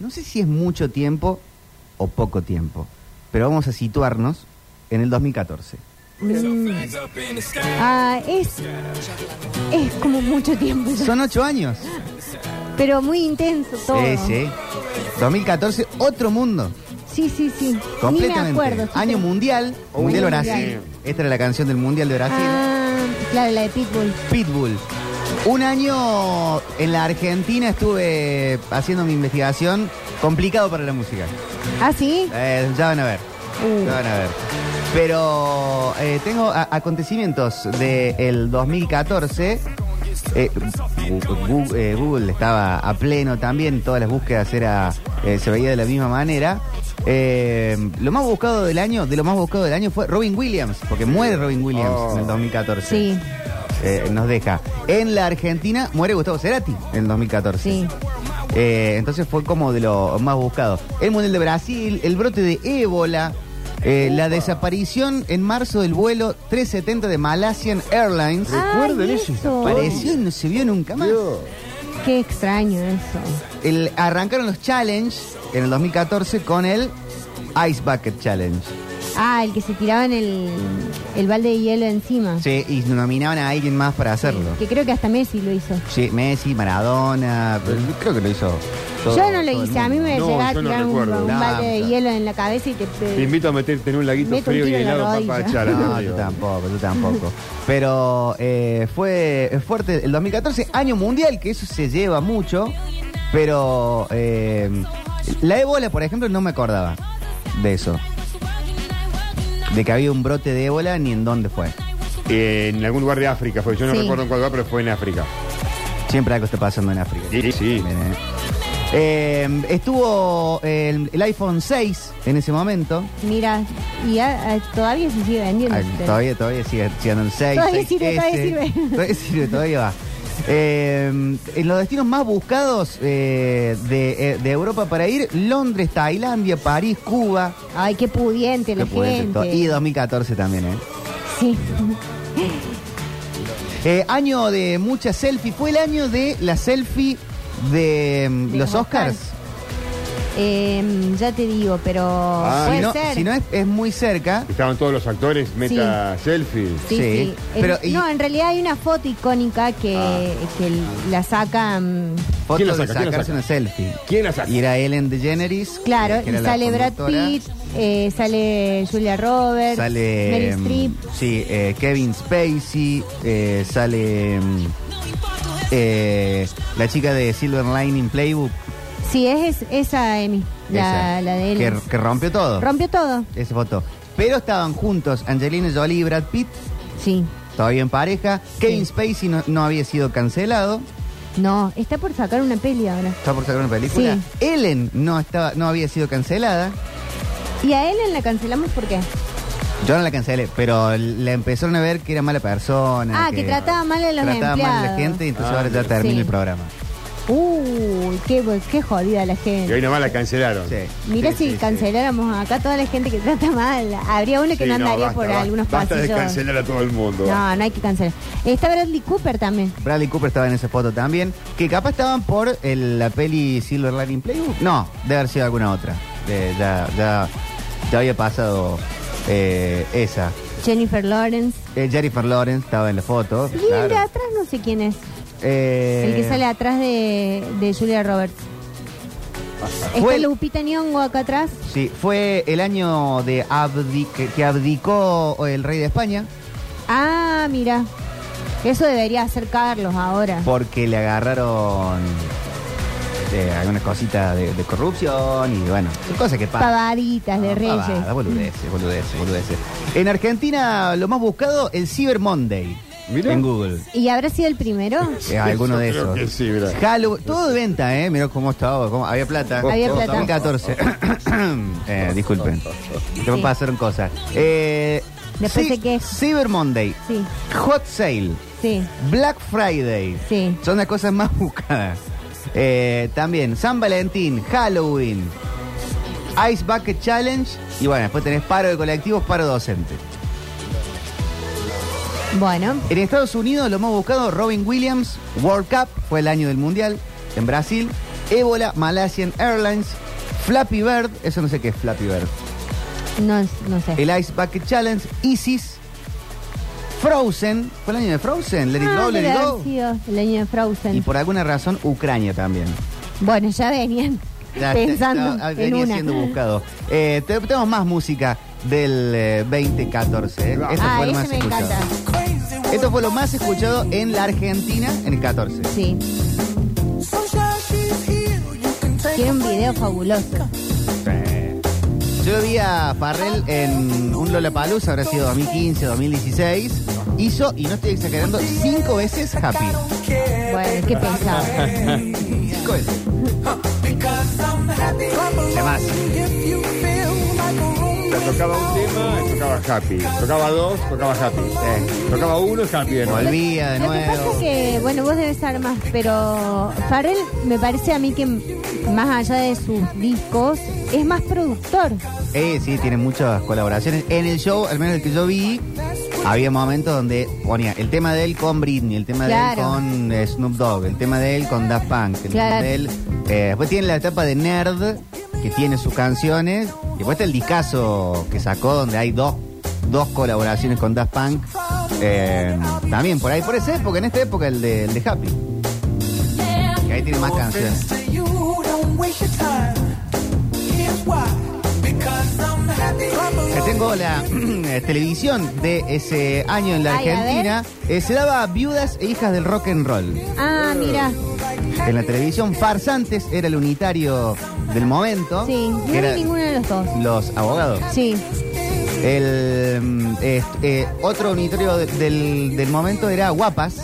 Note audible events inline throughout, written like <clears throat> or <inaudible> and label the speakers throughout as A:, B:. A: No sé si es mucho tiempo o poco tiempo, pero vamos a situarnos en el 2014.
B: Ah, es, es como mucho tiempo ya.
A: Son ocho años.
B: Pero muy intenso todo.
A: Sí, sí. 2014, otro mundo.
B: Sí, sí, sí.
A: Completamente.
B: Ni me acuerdo. chicos.
A: Año mundial, o
B: Muy
A: mundial
B: mundial.
A: Brasil. Esta era la canción del mundial de Brasil.
B: Ah, claro, la de Pitbull.
A: Pitbull. Un año en la Argentina estuve haciendo mi investigación. Complicado para la música.
B: ¿Ah, sí?
A: Eh, ya van a ver.
B: Uh.
A: Ya van a ver. Pero eh, tengo a- acontecimientos del 2014. Eh, Gu- Gu- eh, Google estaba a pleno también, todas las búsquedas era, eh, se veía de la misma manera. Eh, lo más buscado del año, de lo más buscado del año fue Robin Williams, porque muere Robin Williams en el 2014.
B: Oh. Sí.
A: Eh, nos deja. En la Argentina muere Gustavo Cerati en el 2014.
B: Sí.
A: Eh, entonces fue como de lo más buscado. El Mundial de Brasil, el brote de ébola, eh, la desaparición en marzo del vuelo 370 de Malaysian Airlines.
B: Ah,
C: Recuerden
B: Ay,
C: eso.
B: eso.
A: Apareció y no se vio nunca más.
C: Dios.
B: Qué extraño eso.
A: El- arrancaron los challenge en el 2014 con el Ice Bucket Challenge.
B: Ah, el que se tiraban el, el balde de hielo encima.
A: Sí, y nominaban a alguien más para hacerlo.
B: Que creo que hasta Messi lo hizo.
A: Sí, Messi, Maradona, pero creo que lo hizo. todo-
B: yo no lo
A: todo el
B: hice, a mí
A: mundo.
B: me
C: No,
B: llegaba a
C: yo no
B: tirar un,
C: recuerdo.
B: un
A: No,
B: balde de
A: no.
B: hielo en la cabeza y te...
C: Te invito a meterte en un laguito
B: Mete un
C: frío y
B: tiro en la
C: helado
B: rodilla.
C: para echar
A: No, Ah, yo tampoco, yo
C: <laughs>
A: tampoco. Pero eh, fue fuerte el 2014, año mundial, que eso se lleva mucho. Pero eh, la ébola, por ejemplo, no me acordaba de eso. De que había un brote de ébola ni en dónde fue.
C: En algún lugar de África fue. Yo no
B: Sí.
C: recuerdo en cuál lugar, pero fue en África.
A: Siempre algo está pasando en África.
C: Sí, sí.
A: Bien, eh. Eh, estuvo el, el iPhone 6 en ese momento.
B: Mira, y ah, ah, todavía se sigue vendiendo.
A: Ah,
B: Pero-
A: todavía, todavía sigue siendo el 6.
B: Todavía sirve, todavía sirve.
A: <laughs> Todavía sirve, todavía va. Eh, en los destinos más buscados eh, de, eh, de Europa para ir, Londres, Tailandia, París, Cuba.
B: Ay, qué pudiente la
A: Qué pudiente
B: gente.
A: todo. Y 2014 también, ¿eh?
B: Sí.
A: Eh, Año de muchas selfies. Fue el año de la selfie de, mm,
B: De
A: los
B: los
A: Oscars.
B: Oscars. Eh, ya te digo, pero
C: Ah,
B: puede
A: si no,
B: ser.
A: si no es, es muy cerca.
C: Estaban todos los actores, meta selfie.
A: Sí,
B: Sí, sí.
A: pero
B: En-
A: y- Ah.
B: No, en realidad hay una foto icónica que, que la sacan.
A: Foto
C: la
A: de
C: saca? ¿Quién la
A: sacarse
C: saca?
A: una selfie.
C: ¿Quién la saca?
A: Y era Ellen DeGeneres.
B: Claro,
A: que
B: y
A: era la
B: sale Brad
A: conductora.
B: Pitt, eh, sale Julia Roberts,
A: Sale.
B: Meryl
A: mm,
B: Streep.
A: Sí, eh, Kevin Spacey. eh, sale. mm, eh, la chica de Silver Lining Playbook.
B: Sí, es, es- esa Emi, la,
A: esa,
B: la de él.
A: Que, que rompió todo.
B: Rompió todo.
A: Esa foto. Pero estaban juntos Angelina Jolie y Brad Pitt.
B: Sí.
A: Todavía en pareja. Kevin
B: Sí.
A: Spacey no, no había sido cancelado.
B: No, está por sacar una peli ahora.
A: Está por sacar una película. Ellen no, estaba, no había sido cancelada.
B: Y a Ellen la cancelamos porque.
A: Yo no la cancelé, pero la empezaron a ver que era mala persona.
B: Ah, que trataba mal a los
A: Trataba mal a la
B: empleados.
A: gente y entonces
C: Ah,
A: ahora ya termina
B: Sí.
A: el programa.
B: Uy, qué, qué jodida la
C: Y hoy
B: gente.
C: nomás la cancelaron.
A: Sí.
B: Mira
A: Sí,
B: si
A: sí, sí.
B: canceláramos acá toda la gente que trata mal. Habría uno que
C: Sí,
B: no andaría
C: basta,
B: por
C: basta,
B: algunos
C: Basta de
B: pasillos.
C: cancelar a todo el mundo.
B: No, no hay que cancelar. Está Bradley Cooper también.
A: Bradley Cooper estaba en esa foto también. Que capaz estaban por el- la peli Silver Lining Playbook. No, debe haber sido alguna otra. Eh, ya, ya, ya había pasado eh, esa.
B: Jennifer Lawrence.
A: Eh, Jennifer Lawrence estaba en la foto.
B: Y el de
A: claro.
B: atrás no sé quién es.
A: Eh,
B: El que sale atrás de, de Julia Roberts.
A: Fue
B: Está
A: el-
B: Lupita Nyong'o acá atrás.
A: Sí, fue el año de abdi- que, que abdicó el rey de España
B: Ah, mira. Eso debería hacer Carlos ahora.
A: porque le agarraron eh, algunas cositas de, de corrupción y bueno, son cosas que pasan.
B: Pavaditas de
A: No,
B: Reyes.
A: Ah, pavada, boludeces, boludeces, boludeces. En Argentina, lo más buscado, el Cyber Monday.
C: Mirá.
A: En Google.
B: ¿Y habrá sido el primero?
A: Eh, alguno de
C: Yo creo
A: esos.
C: que sí, mirá.
A: Halloween, todo de venta, ¿eh? Mirá cómo estaba. cómo- había plata.
B: Había plata.
A: 2014. <coughs> eh, disculpen. Después pasaron cosas. Eh,
B: Después
A: Ci-
B: de qué.
A: Cyber Monday.
B: Sí,
A: Hot Sale.
B: sí.
A: Black Friday.
B: Sí.
A: Son las cosas más <laughs> buscadas. Eh, también San Valentín, Halloween, Ice Bucket Challenge. Y bueno, después tenés paro de colectivos, paro docente.
B: Bueno,
A: En Estados Unidos, lo más buscado, Robin Williams, World Cup, fue el año del Mundial. En Brasil, Ébola, Malaysian Airlines, Flappy Bird, eso no sé qué es Flappy Bird,
B: No, no sé.
A: el Ice Bucket Challenge, ISIS, Frozen, fue el año de Frozen, Let It
B: Ah,
A: Go, Let
B: debe
A: It
B: haber
A: Go.
B: sido el año de Frozen.
A: Y por alguna razón, Ucrania también.
B: Bueno, ya venían
A: Ya está-
B: pensando
A: está-
B: en
A: venía
B: una.
A: siendo buscado. Eh, te- tenemos más música del eh, 2014. ¿eh? Eso
B: ah,
A: fue lo
B: ese
A: más
B: me
A: escuchado.
B: encanta.
A: Esto fue lo más escuchado en la Argentina en el 14.
B: Sí. Tiene un video fabuloso.
A: Yo lo vi a Farrell en un Lollapalooza, habrá sido 2015, 2016. Hizo, y no estoy exagerando, cinco veces Happy.
B: Bueno,
A: <laughs>
B: qué
D: <laughs>
B: pesado.
A: Cinco veces. Además,
C: O sea, tocaba un tema, tocaba Happy. Tocaba dos, tocaba Happy.
A: Sí.
C: Tocaba uno, Happy de nuevo.
A: volvía de
B: Lo que pasa es
A: nuevo.
B: que, bueno, vos debes saber más, pero Farrell me parece a mí que más allá de sus discos, es más productor.
A: Eh, sí, tiene muchas colaboraciones. En el show, al menos el que yo vi, había momentos donde ponía el tema de él con Britney, el tema de
B: Claro.
A: él con eh, Snoop Dogg, el tema de él con Daft Punk, el tema
B: Claro.
A: de él. eh, después tiene la etapa de Nerd, que tiene sus canciones. Y después está el discazo que sacó, donde hay dos, dos colaboraciones con Daft Punk. Eh, también por ahí, por esa época, en esta época el de, el de Happy. Que ahí tiene más canciones. Eh, Tengo la <clears throat> eh, televisión de ese año en la
B: Ay, a
A: Argentina. Eh, se daba Viudas e Hijas del Rock and Roll.
B: Ah, mira.
A: En la televisión, Farsantes era el unitario del momento.
B: Sí, no
A: que
B: vi
A: era
B: ninguno de los dos.
A: Los abogados.
B: Sí,
A: El mm, eh, eh, otro unitario de- del, del momento era Guapas.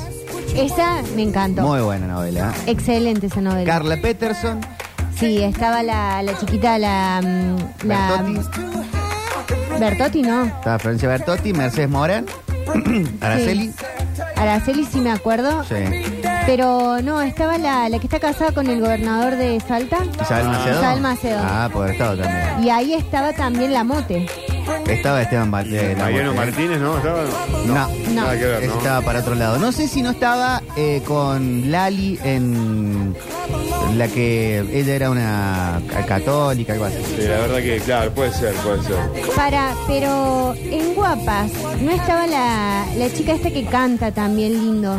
B: esa me encantó.
A: Muy buena novela. ¿eh?
B: Excelente esa novela.
A: Carla Peterson,
B: sí, estaba la, la chiquita, la, mm, la.
A: Bertotti.
B: Bertotti, no.
A: estaba Francia Bertotti, Mercedes
B: <coughs>
A: Morán, Araceli.
B: Sí. Araceli sí me acuerdo.
A: Sí.
B: Pero no, estaba la, la que está casada con el gobernador de Salta.
A: Isabel Macedo.
B: Isabel Macedo.
A: Ah, por estado también.
B: Y ahí estaba también la mote.
A: Estaba Esteban Ba- eh, de la
C: Mariano
A: Morte.
C: Martínez, ¿no? Estaba.
A: No,
B: No.
C: Nada que ver,
A: ese
C: ¿no?
A: estaba para otro lado. No sé si no estaba eh, con Lali en la que ella era una ca- católica, algo así.
C: Sí, la verdad que, claro, puede ser, puede ser.
B: Para, pero en Guapas no estaba la, la chica esta que canta también lindo.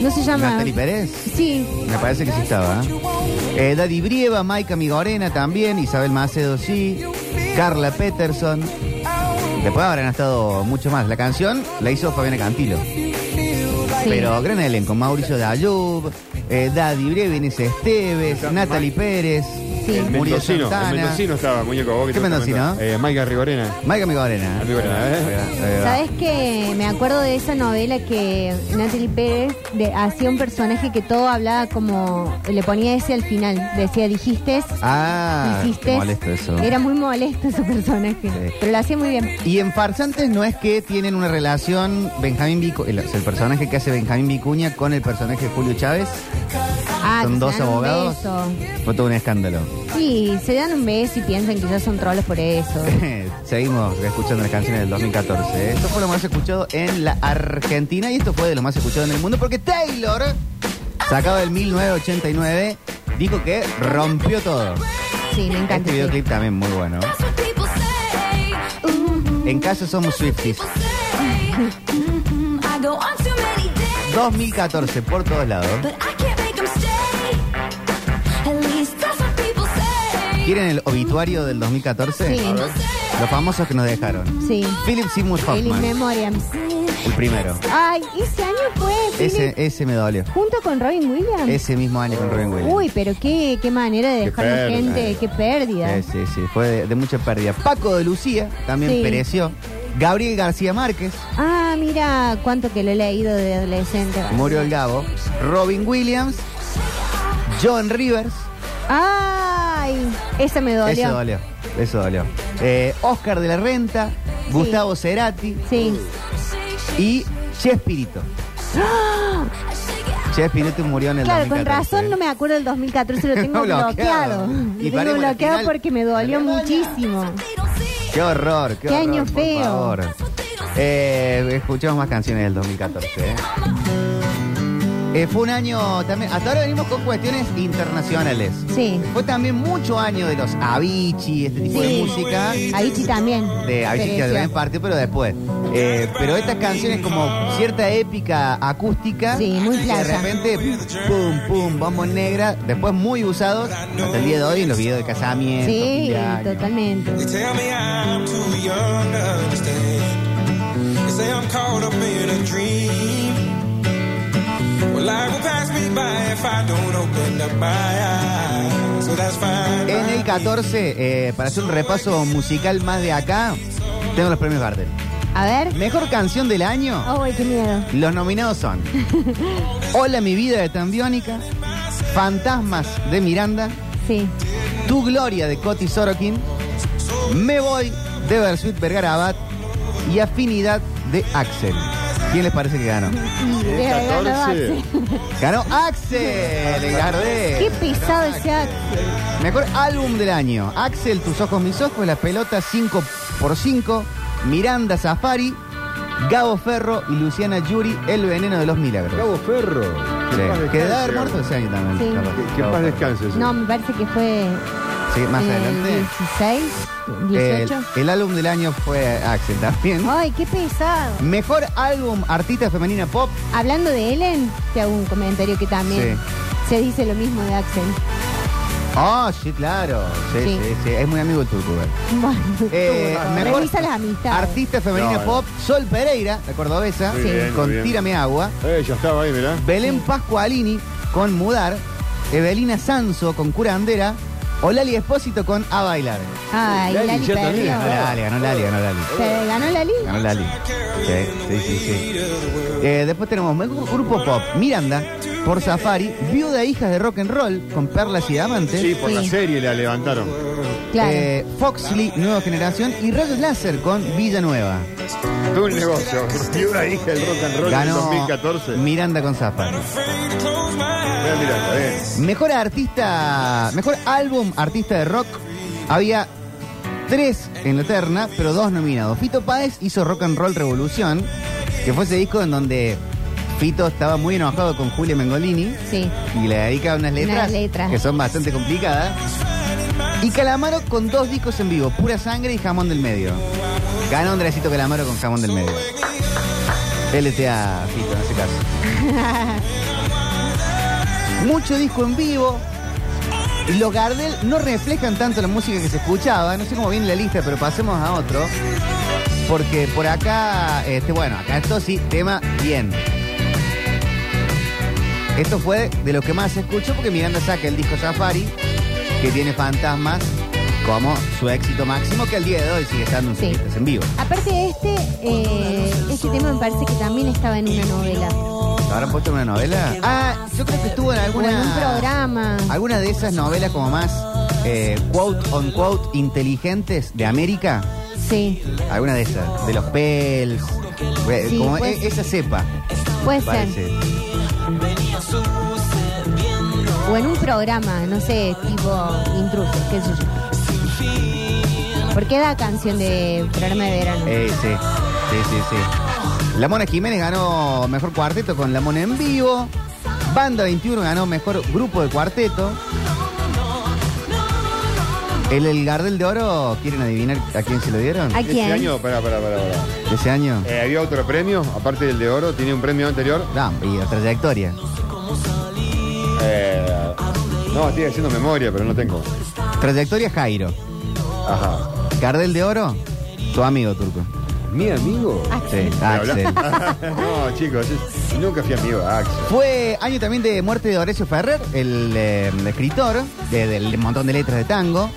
B: No se llama.
A: Natalie Pérez.
B: Sí,
A: Me parece que sí estaba. ¿eh? Eh, Daddy Brieva, Maika Migorena también, Isabel Macedo sí, Carla Peterson. Después habrán estado mucho más. La canción la hizo Fabiana Cantilo.
B: sí.
A: Pero gran elenco, Mauricio Dayub, eh, Daddy Brieva, Inés Esteves, Natalie Pérez,
B: Sí.
C: El
A: Muriel
C: mendocino, el
A: Santana.
C: mendocino estaba, muñeco. vos que
A: ¿Qué
C: te gusta
A: mendocino?
C: Mendoza. Eh, Maica Rigorena.
A: Maica Migorena.
C: Migorena, ¿eh?
A: Ahí va.
B: ¿Sabes que Me acuerdo de esa novela que Natalie Pérez de- hacía un personaje que todo hablaba como. Le ponía ese al final. Decía, dijiste,
A: Ah, qué
B: hiciste.
A: molesto eso.
B: Era muy molesto su personaje.
A: Sí.
B: Pero lo hacía muy bien.
A: Y en Farsantes no es que tienen una relación Benjamín Vicuña, el, el personaje que hace Benjamín Vicuña con el personaje de Julio Chávez.
B: Ah,
A: Son
B: que se
A: dos
B: dan un
A: abogados.
B: beso.
A: Fue todo un escándalo. <laughs>
B: Sí, se dan un beso y piensan que ya son trolos
A: <laughs>
B: por eso.
A: Seguimos escuchando las canciones del 2014. ¿eh? Esto fue lo más escuchado en la Argentina y esto fue de lo más escuchado en el mundo porque Taylor, sacado del 1989, dijo que rompió todo.
B: Sí, me encanta.
A: Este
B: sí.
A: videoclip también muy bueno. En casa somos Swifties. 2014, por todos lados. ¿Quieren el obituario del 2014?
B: Sí. A ver.
A: Los famosos que nos dejaron.
B: Sí.
A: Philip Seymour
B: El In
A: Hoffman,
B: Memoriam.
A: el primero.
B: Ay, ese año fue
A: Ese,
B: Philip,
A: ese me dolió.
B: junto con Robin Williams.
A: Ese mismo año con Robin Williams.
B: Uy, pero qué, qué manera de
C: Qué
B: dejar la
C: pérdida.
B: gente, qué pérdida.
A: Sí, sí, sí, fue de, de mucha pérdida. Paco de Lucía también
B: Sí.
A: pereció. Gabriel García Márquez,
B: Ah, mira cuánto que lo he leído de adolescente.
A: murió el Gabo. Robin Williams, John Rivers,
B: Ay, esa me dolió.
A: eso dolió, eso dolió. Eh, Oscar de la Renta, Gustavo Cerati
B: Sí.
A: y Chespirito. Chespirito murió en el
B: Claro, con
A: 2014,
B: razón
A: ¿eh?
B: no me acuerdo del
A: <laughs>
B: 2014, lo tengo bloqueado.
A: Bloqueado. Y
B: Lo tengo
A: paremos la
B: bloqueado
A: final.
B: porque me dolió
A: Me dolió.
B: muchísimo.
A: Qué horror, qué,
B: Qué
A: horror,
B: año
A: por
B: feo.
A: favor. Eh, escuchemos más canciones del 2014. ¿eh? Eh, fue un año también. Hasta ahora venimos con cuestiones internacionales.
B: Sí.
A: Fue también mucho año de los Avicii, este tipo de
B: Sí.
A: música.
B: Avicii también.
A: De Avicii que
B: Pereció.
A: en parte, pero después. Eh, pero estas canciones como cierta épica acústica.
B: Sí, muy
A: que De
B: playa.
A: repente, pum, pum, vamos negra. Después muy usados hasta el día de hoy en los videos de casamiento. fin
B: Sí,
A: de año.
B: totalmente.
E: They tell me I'm too young to understand. They say I'm caught up in a dream. Well, life will pass me by if I don't open up my eyes. So that's fine.
A: En el
E: by me.
A: 14, eh, para hacer un repaso musical más de acá, tengo los premios Gardel.
B: A ver.
A: Mejor canción del año.
B: Ay, qué miedo.
A: Los nominados son Hola mi vida de Tambiónica, Fantasmas de Miranda,
B: Sí.
A: Tu Gloria de Coti Sorokin, Me Voy de Bersuit Vergarabat y Afinidad de Axel. ¿Quién les parece que ganó?
B: Y debe haber ganado
C: 14.
B: Axel.
A: Ganó Axel el Gardel.
B: Qué pesado ese Axel.
A: Mejor álbum del año. Axel, tus ojos, mis ojos, la pelota 5x5, Miranda Safari, Gabo Ferro y Luciana Yuri, El veneno de los milagros.
C: Cabo Ferro.
A: Sí.
C: paz descanse,
A: Que debe haber
C: ¿eh?
A: muerto ese año también.
B: Sí.
A: capaz.
C: Que, que
A: Gabo
C: paz
A: Ferro.
C: descanse. sí.
B: No, me parece que fue eh,
A: Sí, más
B: el
A: adelante.
B: 16, 18.
A: El, el álbum del año fue Axel también.
B: Ay, qué pesado.
A: Mejor álbum artista femenina pop.
B: Hablando de Ellen, te hago un comentario que también se dice lo mismo de Axel. <laughs>
A: Oh, sí, claro. Sí, sí,
B: Sí.
A: sí. Es muy amigo del turco. ¿verdad?
B: Bueno,
A: Eh,
B: todo.
A: mejor
B: revisa las amistades.
A: Artista femenina
C: No, no.
A: pop. Sol Pereira, la cordobesa.
C: Muy
B: Sí.
C: bien, muy
A: Con
C: bien.
A: Tírame Agua.
C: Eh, ya estaba ahí, mirá.
A: Belén Pascualini con Mudar. Evelina Sanso con Curandera. O Lali Espósito con A Bailar.
B: Ay,
C: Lali,
B: Lali
C: ya también.
A: Ganó
B: perdió.
A: Lali, ganó Lali, ganó Lali.
B: ¿Se ganó Lali?
A: Ganó Lali. Sí, sí, sí. sí. Eh, después tenemos mejor grupo pop Miranda por Safari, Viuda e Hijas de Rock and Roll con Perlas y Diamantes.
C: Sí, por la
B: Sí.
C: serie la levantaron.
B: Claro.
A: Eh, Foxley, Nueva Generación y Rayos Láser con Villanueva.
C: Tuve un negocio. Viuda hija del rock and roll en
A: Ganó
C: 2014.
A: Miranda con Safari.
E: Afraid to close my eyes.
C: Mirá, mirá, eh.
A: Mejor artista, mejor álbum artista de rock. Había tres en la terna, pero dos nominados. Fito Páez hizo Rock and Roll Revolución, que fue ese disco en donde Fito estaba muy enojado con Julio Mengolini
B: Sí.
A: y le dedica unas letras,
B: Unas letras.
A: que son bastante complicadas. Y Calamaro con dos discos en vivo, Pura Sangre y Jamón del Medio. Gana Andresito Calamaro con Jamón del Medio. LTA, Fito, en ese caso. Mucho disco en vivo. Y Los Gardel no reflejan tanto la música que se escuchaba. No sé cómo viene la lista, pero pasemos a otro. Porque por acá, este, bueno, acá esto sí, tema bien. Esto fue de lo que más se escuchó porque Miranda saca el disco Safari, que tiene fantasmas como su éxito máximo, que al día de hoy sigue estando en sus
B: Sí.
A: listas en vivo.
B: Aparte de este, eh, este tema me parece que también estaba en una novela.
A: ¿Habrán puesto en una novela? Ah, yo creo que estuvo en
B: O en un
A: alguna,
B: programa.
A: alguna de esas novelas como más eh, quote on quote inteligentes de América.
B: Sí,
A: Alguna de esas, de los Pels, eh,
B: Sí,
A: como
B: pues.
A: e- esa cepa,
B: puede ser.
A: parece.
B: O en un programa, no sé, tipo intrusos, qué sé yo. Porque da canción de programa de verano.
A: Eh, sí, sí, sí, sí. La Mona Jiménez ganó mejor cuarteto con La Mona en vivo. Banda 21 ganó mejor grupo de cuarteto. El, el Gardel de Oro, ¿quieren adivinar a quién se lo dieron?
B: ¿A
C: Este
B: quién?
C: año, pará, pará, pará. pará.
A: ¿De ese año?
C: Eh, había otro premio, aparte del de oro, tiene un premio anterior.
A: No, y la trayectoria.
C: Eh, no, estoy haciendo memoria, pero no tengo.
A: Trayectoria Jairo.
C: Ajá.
A: Gardel de Oro, tu amigo turco.
C: ¿Mi amigo?
B: Ah.
A: Sí, Axel.
C: <laughs> no, chicos, es- nunca fui amigo de Axel.
A: Fue año también de muerte de Horacio Ferrer, el eh, escritor de- del montón de letras de tango.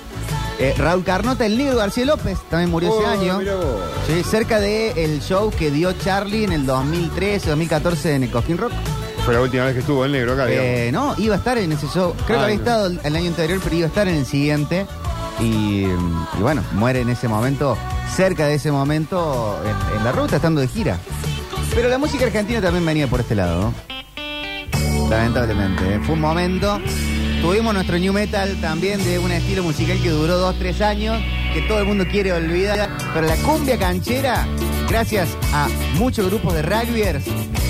A: Eh, Raúl Carnota, el negro García López, también murió
C: Oh,
A: ese año.
C: mirá vos.
A: Sí, cerca del show que dio Charlie en el 2013, 2014 en el Coquín Rock.
C: Fue la última vez que estuvo el negro acá, digamos.
A: Eh, no, iba a estar en ese show. Creo que había
C: Ay, no.
A: estado el el año anterior, pero iba a estar en el siguiente. Y, mm, y bueno, muere en ese momento, cerca de ese momento, en, en la ruta, estando de gira. Pero la música argentina también venía por este lado, ¿no? Lamentablemente. ¿eh? Fue un momento. Tuvimos nuestro new metal también de un estilo musical que duró 2-3 años, que todo el mundo quiere olvidar. Pero la cumbia canchera, gracias a muchos grupos de rugbyers,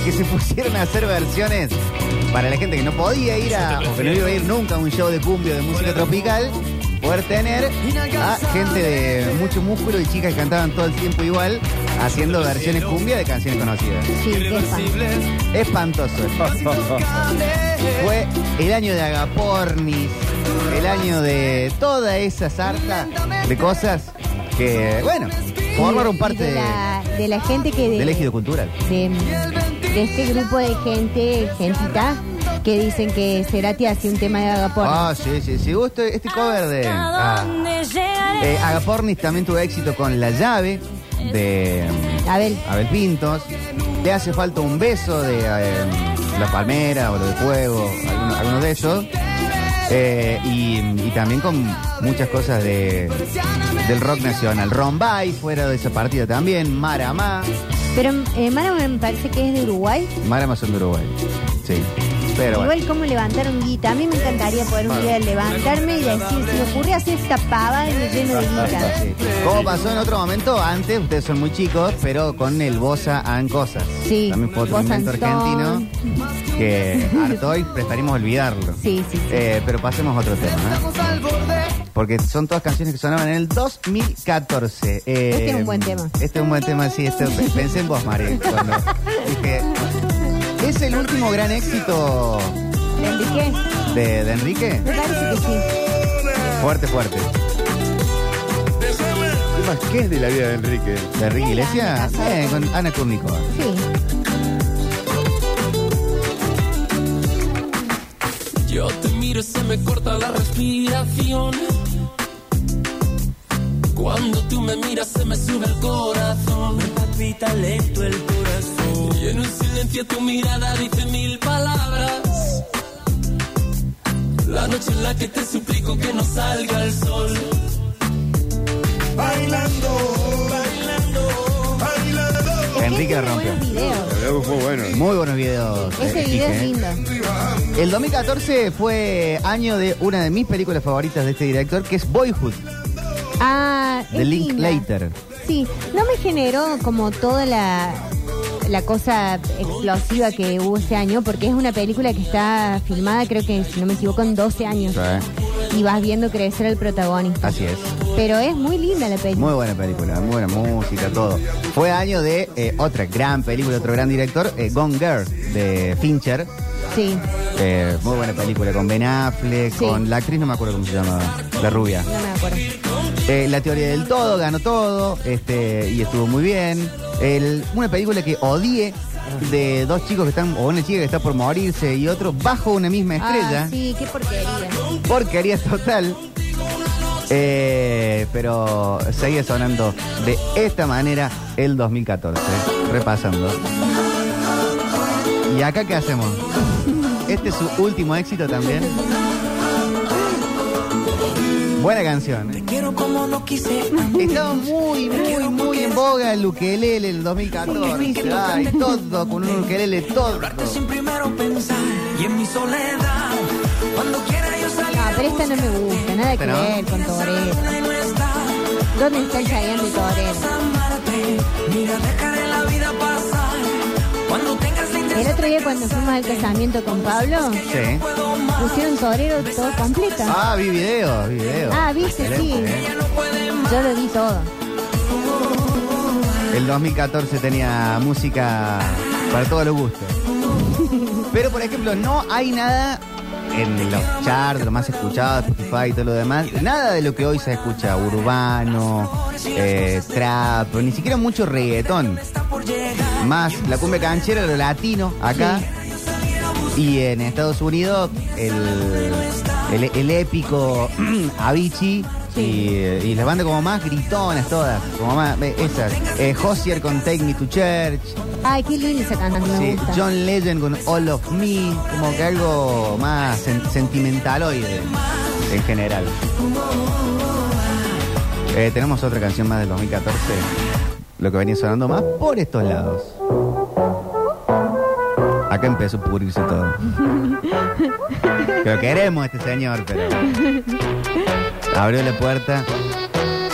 A: que se <laughs> pusieron a hacer versiones para la gente que no podía ir a, o que no iba a ir nunca a un show de cumbia o de música tropical, poder tener a gente de mucho músculo y chicas que cantaban todo el tiempo igual, haciendo versiones cumbia de canciones conocidas.
B: Sí, qué espanto.
A: Espantoso. Fue el año de Agapornis, el año de toda esa sarta de cosas que, bueno, formaron
B: Y
A: parte
B: de la, de la gente que de-
A: del ejido cultural.
B: de, de este grupo de gente, gentita, que dicen que Cerati hacía un tema de Agapornis.
A: Ah, sí, sí, sí. Gusto este cover de. ah. Eh, Agapornis también tuvo éxito con La Llave de
B: Abel.
A: Abel Pintos. Le hace falta un beso de eh, La Palmera o lo de Fuego, alguno, alguno de esos. Eh, y, y también con muchas cosas de, del rock nacional. Rombay, fuera de esa partida también. Maramá.
B: Pero eh, Mara me parece que es de Uruguay.
A: Maramá son de Uruguay. Sí. Pero bueno.
B: Igual como levantar un guita. A mí me encantaría poder un día levantarme y decir, si me ocurre hacer esta pava y me lleno de guita.
A: Ah, Sí. Como pasó en otro momento antes, ustedes son muy chicos, pero con el Bosa and Cosas.
B: Sí,
A: También fue otro
B: Bossa
A: invento
B: and
A: argentino
B: <laughs>
A: que harto y preferimos olvidarlo.
B: Sí, sí, sí.
A: Eh, pero pasemos a otro tema. ¿eh? Porque son todas canciones que sonaban en el 2014. Eh,
B: Este es un buen tema.
A: Este es un buen tema, sí. Este, pensé en vos, Mari, cuando dije, ¿Es el último gran éxito
B: ¿Me indiqué?
A: de, de Enrique?
B: Me parece que sí.
A: Fuerte, fuerte.
C: Además, ¿qué es de la vida de Enrique?
A: ¿De Enrique
B: Él anda
A: Iglesias?
B: casado
A: Eh,
B: con-
A: con Ana Kurnikova.
B: Sí.
D: Yo te miro y se me corta la respiración. Cuando tú me miras se me sube el corazón. Me palpita lento el corazón. Y en un silencio tu mirada dice mil palabras. La noche en la que te suplico que no salga el sol.
A: Enrique la
B: tiene
A: rompió.
B: buenos videos.
C: La verdad fue bueno.
A: Muy buenos videos. eh,
B: Ese video
A: Quique,
B: es
A: eh.
B: lindo.
A: El 2014 fue año de una de mis películas favoritas de este director, que es Boyhood.
B: Ah,
A: The
B: es
A: Link
B: linda.
A: Later.
B: Sí, no me generó como toda la, la cosa explosiva que hubo ese año, porque es una película que está filmada, creo que si no me equivoco, en 12 años. Y vas viendo crecer al protagonista.
A: Así es.
B: Pero es muy linda la película.
A: Ah. Muy buena película, muy buena música, todo. Fue año de eh, otra gran película, otro gran director, eh, Gone Girl, de Fincher.
B: Sí,
A: Eh, muy buena película, con Ben Affleck,
B: Sí.
A: con la actriz, no me acuerdo cómo se llama, la rubia.
B: no me acuerdo.
A: Eh, la teoría del todo, ganó todo, este, y estuvo muy bien. El- una película que odié de dos chicos que están, o una chica que está por morirse y otro bajo una misma estrella.
B: Ah, sí, qué porquería.
A: Porquería total. Eh, pero seguía sonando de esta manera el 2014. Repasando. ¿Y acá qué hacemos? Este es su último éxito también. Buena canción. ¿eh?
D: Quiero como no <laughs> quise.
A: Estaba muy, muy, muy en boga el ukelele el 2014. Ay, todo con un ukelele, todo.
D: primero pensar y en mi soledad. Cuando quiera yo salir.
B: No, Ah, pero esta no me gusta, nada que
A: Pero-
B: ver con Torero. ¿Dónde está el Chayanne de Torero?
D: Mira, dejaré la vida pasar. Cuando tengas la
B: El otro día cuando fuimos al casamiento con Pablo,
A: Sí.
B: pusieron Torero todo completo.
A: Ah, vi videos, vi videos.
B: Ah, viste, sí.
A: Excelente, ¿eh?
B: Yo lo vi todo.
A: El 2014 tenía música para todos los gustos. Pero, por ejemplo, no hay nada en los charts, lo más escuchado, Spotify y todo lo demás. Nada de lo que hoy se escucha, urbano, eh, trap, ni siquiera mucho reggaetón. Más la cumbia canchera, lo latino, acá. Y en Estados Unidos, el, el- el épico <clears throat> Avicii y, eh, y las bandas como más gritonas todas, como más eh, esas. Eh, Hozier con Take Me to Church,
B: Ay, qué lindo esa cantante, me
A: sí,
B: gusta.
A: John Legend con All of Me, como que algo más sen- sentimental hoy de- en general. Eh, tenemos otra canción más del 2014, lo que venía sonando más por estos lados. Acá empezó a pudrirse todo. Que lo queremos a este señor, pero. Abrió la puerta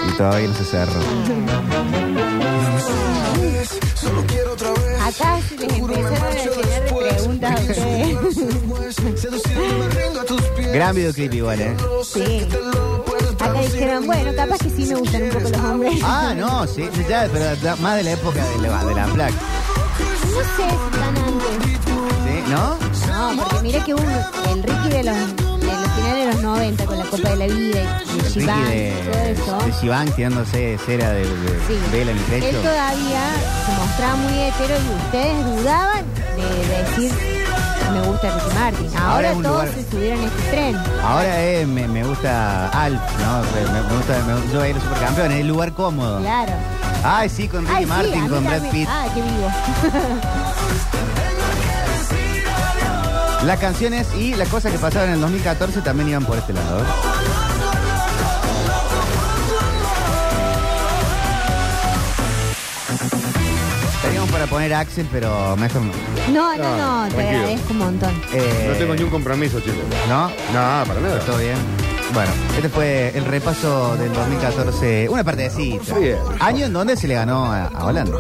A: y todavía no se cerró.
F: Solo quiero otra vez.
B: ¿A acá se les empezaron a llenar de preguntas a ustedes.
A: Gran videoclip igual, ¿eh?
B: Sí. Acá dijeron, bueno, capaz que sí me gustan un poco los hombres.
A: Ah, no, sí, ya, pero da- más de la época de la, de la Unplugged,
B: <laughs> No sé si tan antes.
A: ¿sí? ¿No?
B: No, porque mira que uno, el Ricky de los, de los finales de los 90 con la Copa de la Vida y
A: El Ricky
B: Chiván y todo
A: de,
B: eso.
A: de Sivan tirándose cera de, de-
B: Sí.
A: vela en el
B: Él
A: pecho.
B: todavía se mostraba muy hetero y ustedes dudaban de decir me gusta Ricky Martin.
A: Ahora
B: Ahora,
A: es un
B: todos
A: lugar-
B: se subieron a este tren.
A: Ahora eh, me, me gusta Alf, ¿no? Me, me gusta, me- yo voy a ir a Supercampeón, es el lugar cómodo.
B: Claro.
A: Ay, sí, con Ricky
B: Ay, sí,
A: Martin,
B: a mí
A: con Brad
B: también.
A: Pitt.
B: Ah, qué vivo.
A: Las canciones y las cosas que pasaron en el 2014 también iban por este lado. ¿eh? Teníamos para poner Axel, pero mejor no.
B: No, no, no, te
C: tranquilo.
B: agradezco un montón.
A: Eh,
C: No tengo ningún compromiso, chicos.
A: ¿No?
C: No, para nada.
A: ¿Todo bien? Bueno, este fue el repaso del 2014. Una partecita.
C: Bien.
A: Año en donde se le ganó a, a Holanda.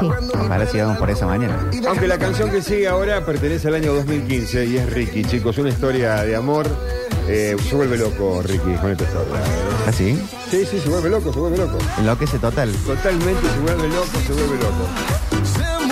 B: Sí.
A: Ahora sí vamos por esa mañana.
C: Aunque la canción que sigue ahora pertenece al año 2015 y es Ricky, chicos, una historia de amor. Eh, se vuelve loco Ricky con esta historia.
A: ¿Así?
C: ¿Ah, Sí, sí, se vuelve loco, se vuelve loco.
A: Enloquece total.
C: Totalmente se vuelve loco, se vuelve loco.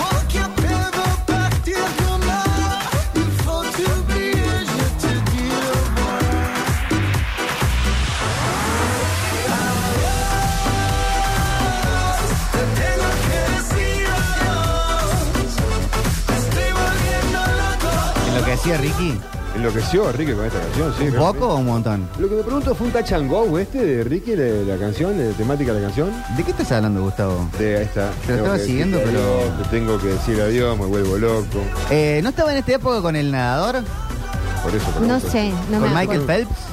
A: Enloquecía Ricky.
C: Enloqueció Ricky con esta canción, sí.
A: ¿Un
C: realmente.
A: poco o un montón?
C: Lo que me pregunto fue un cachango este de Ricky, de la canción, de la temática de la canción.
A: ¿De qué estás hablando, Gustavo?
C: De esta.
A: Te lo estaba
C: que
A: siguiendo,
C: decirle
A: pero-
C: adiós, Te tengo que decir adiós, me vuelvo loco.
A: Eh, ¿No estaba en esta época con el nadador?
C: Por eso
B: No
C: pregunto.
B: sé, no
A: ¿Con
B: me
A: Michael
B: acuerdo.
A: Phelps?
C: Ah,
A: me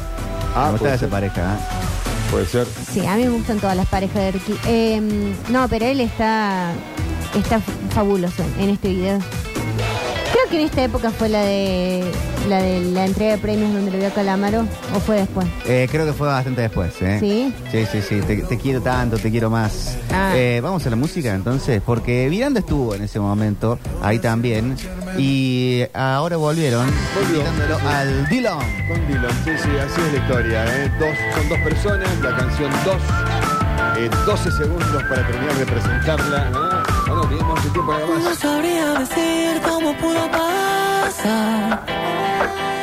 C: puede
A: gustaba esa
C: ser.
A: pareja. ¿eh?
C: Puede ser.
B: Sí, a mí me gustan todas las parejas de Ricky. Eh, no, pero él está, está fabuloso en este video. Creo que en esta época fue la de la de la entrega de premios donde lo vio a Calamaro, o fue después.
A: Eh, creo que fue bastante después, ¿eh?
B: ¿Sí?
A: Sí, sí, sí. Te, te quiero tanto, te quiero más.
B: Ah.
A: Eh, vamos a la música entonces, porque Miranda estuvo en ese momento, ahí también. Y ahora volvieron,
C: Volvió.
A: invitándolo al Dylan.
C: Con Dylan, sí, sí, así es la historia. ¿eh? Dos, son dos personas, la canción dos. eh, 12 segundos para terminar de presentarla. ¿no? Bueno, tenemos el tiempo nada
D: No
C: más.
D: sabría decir cómo pudo pasar.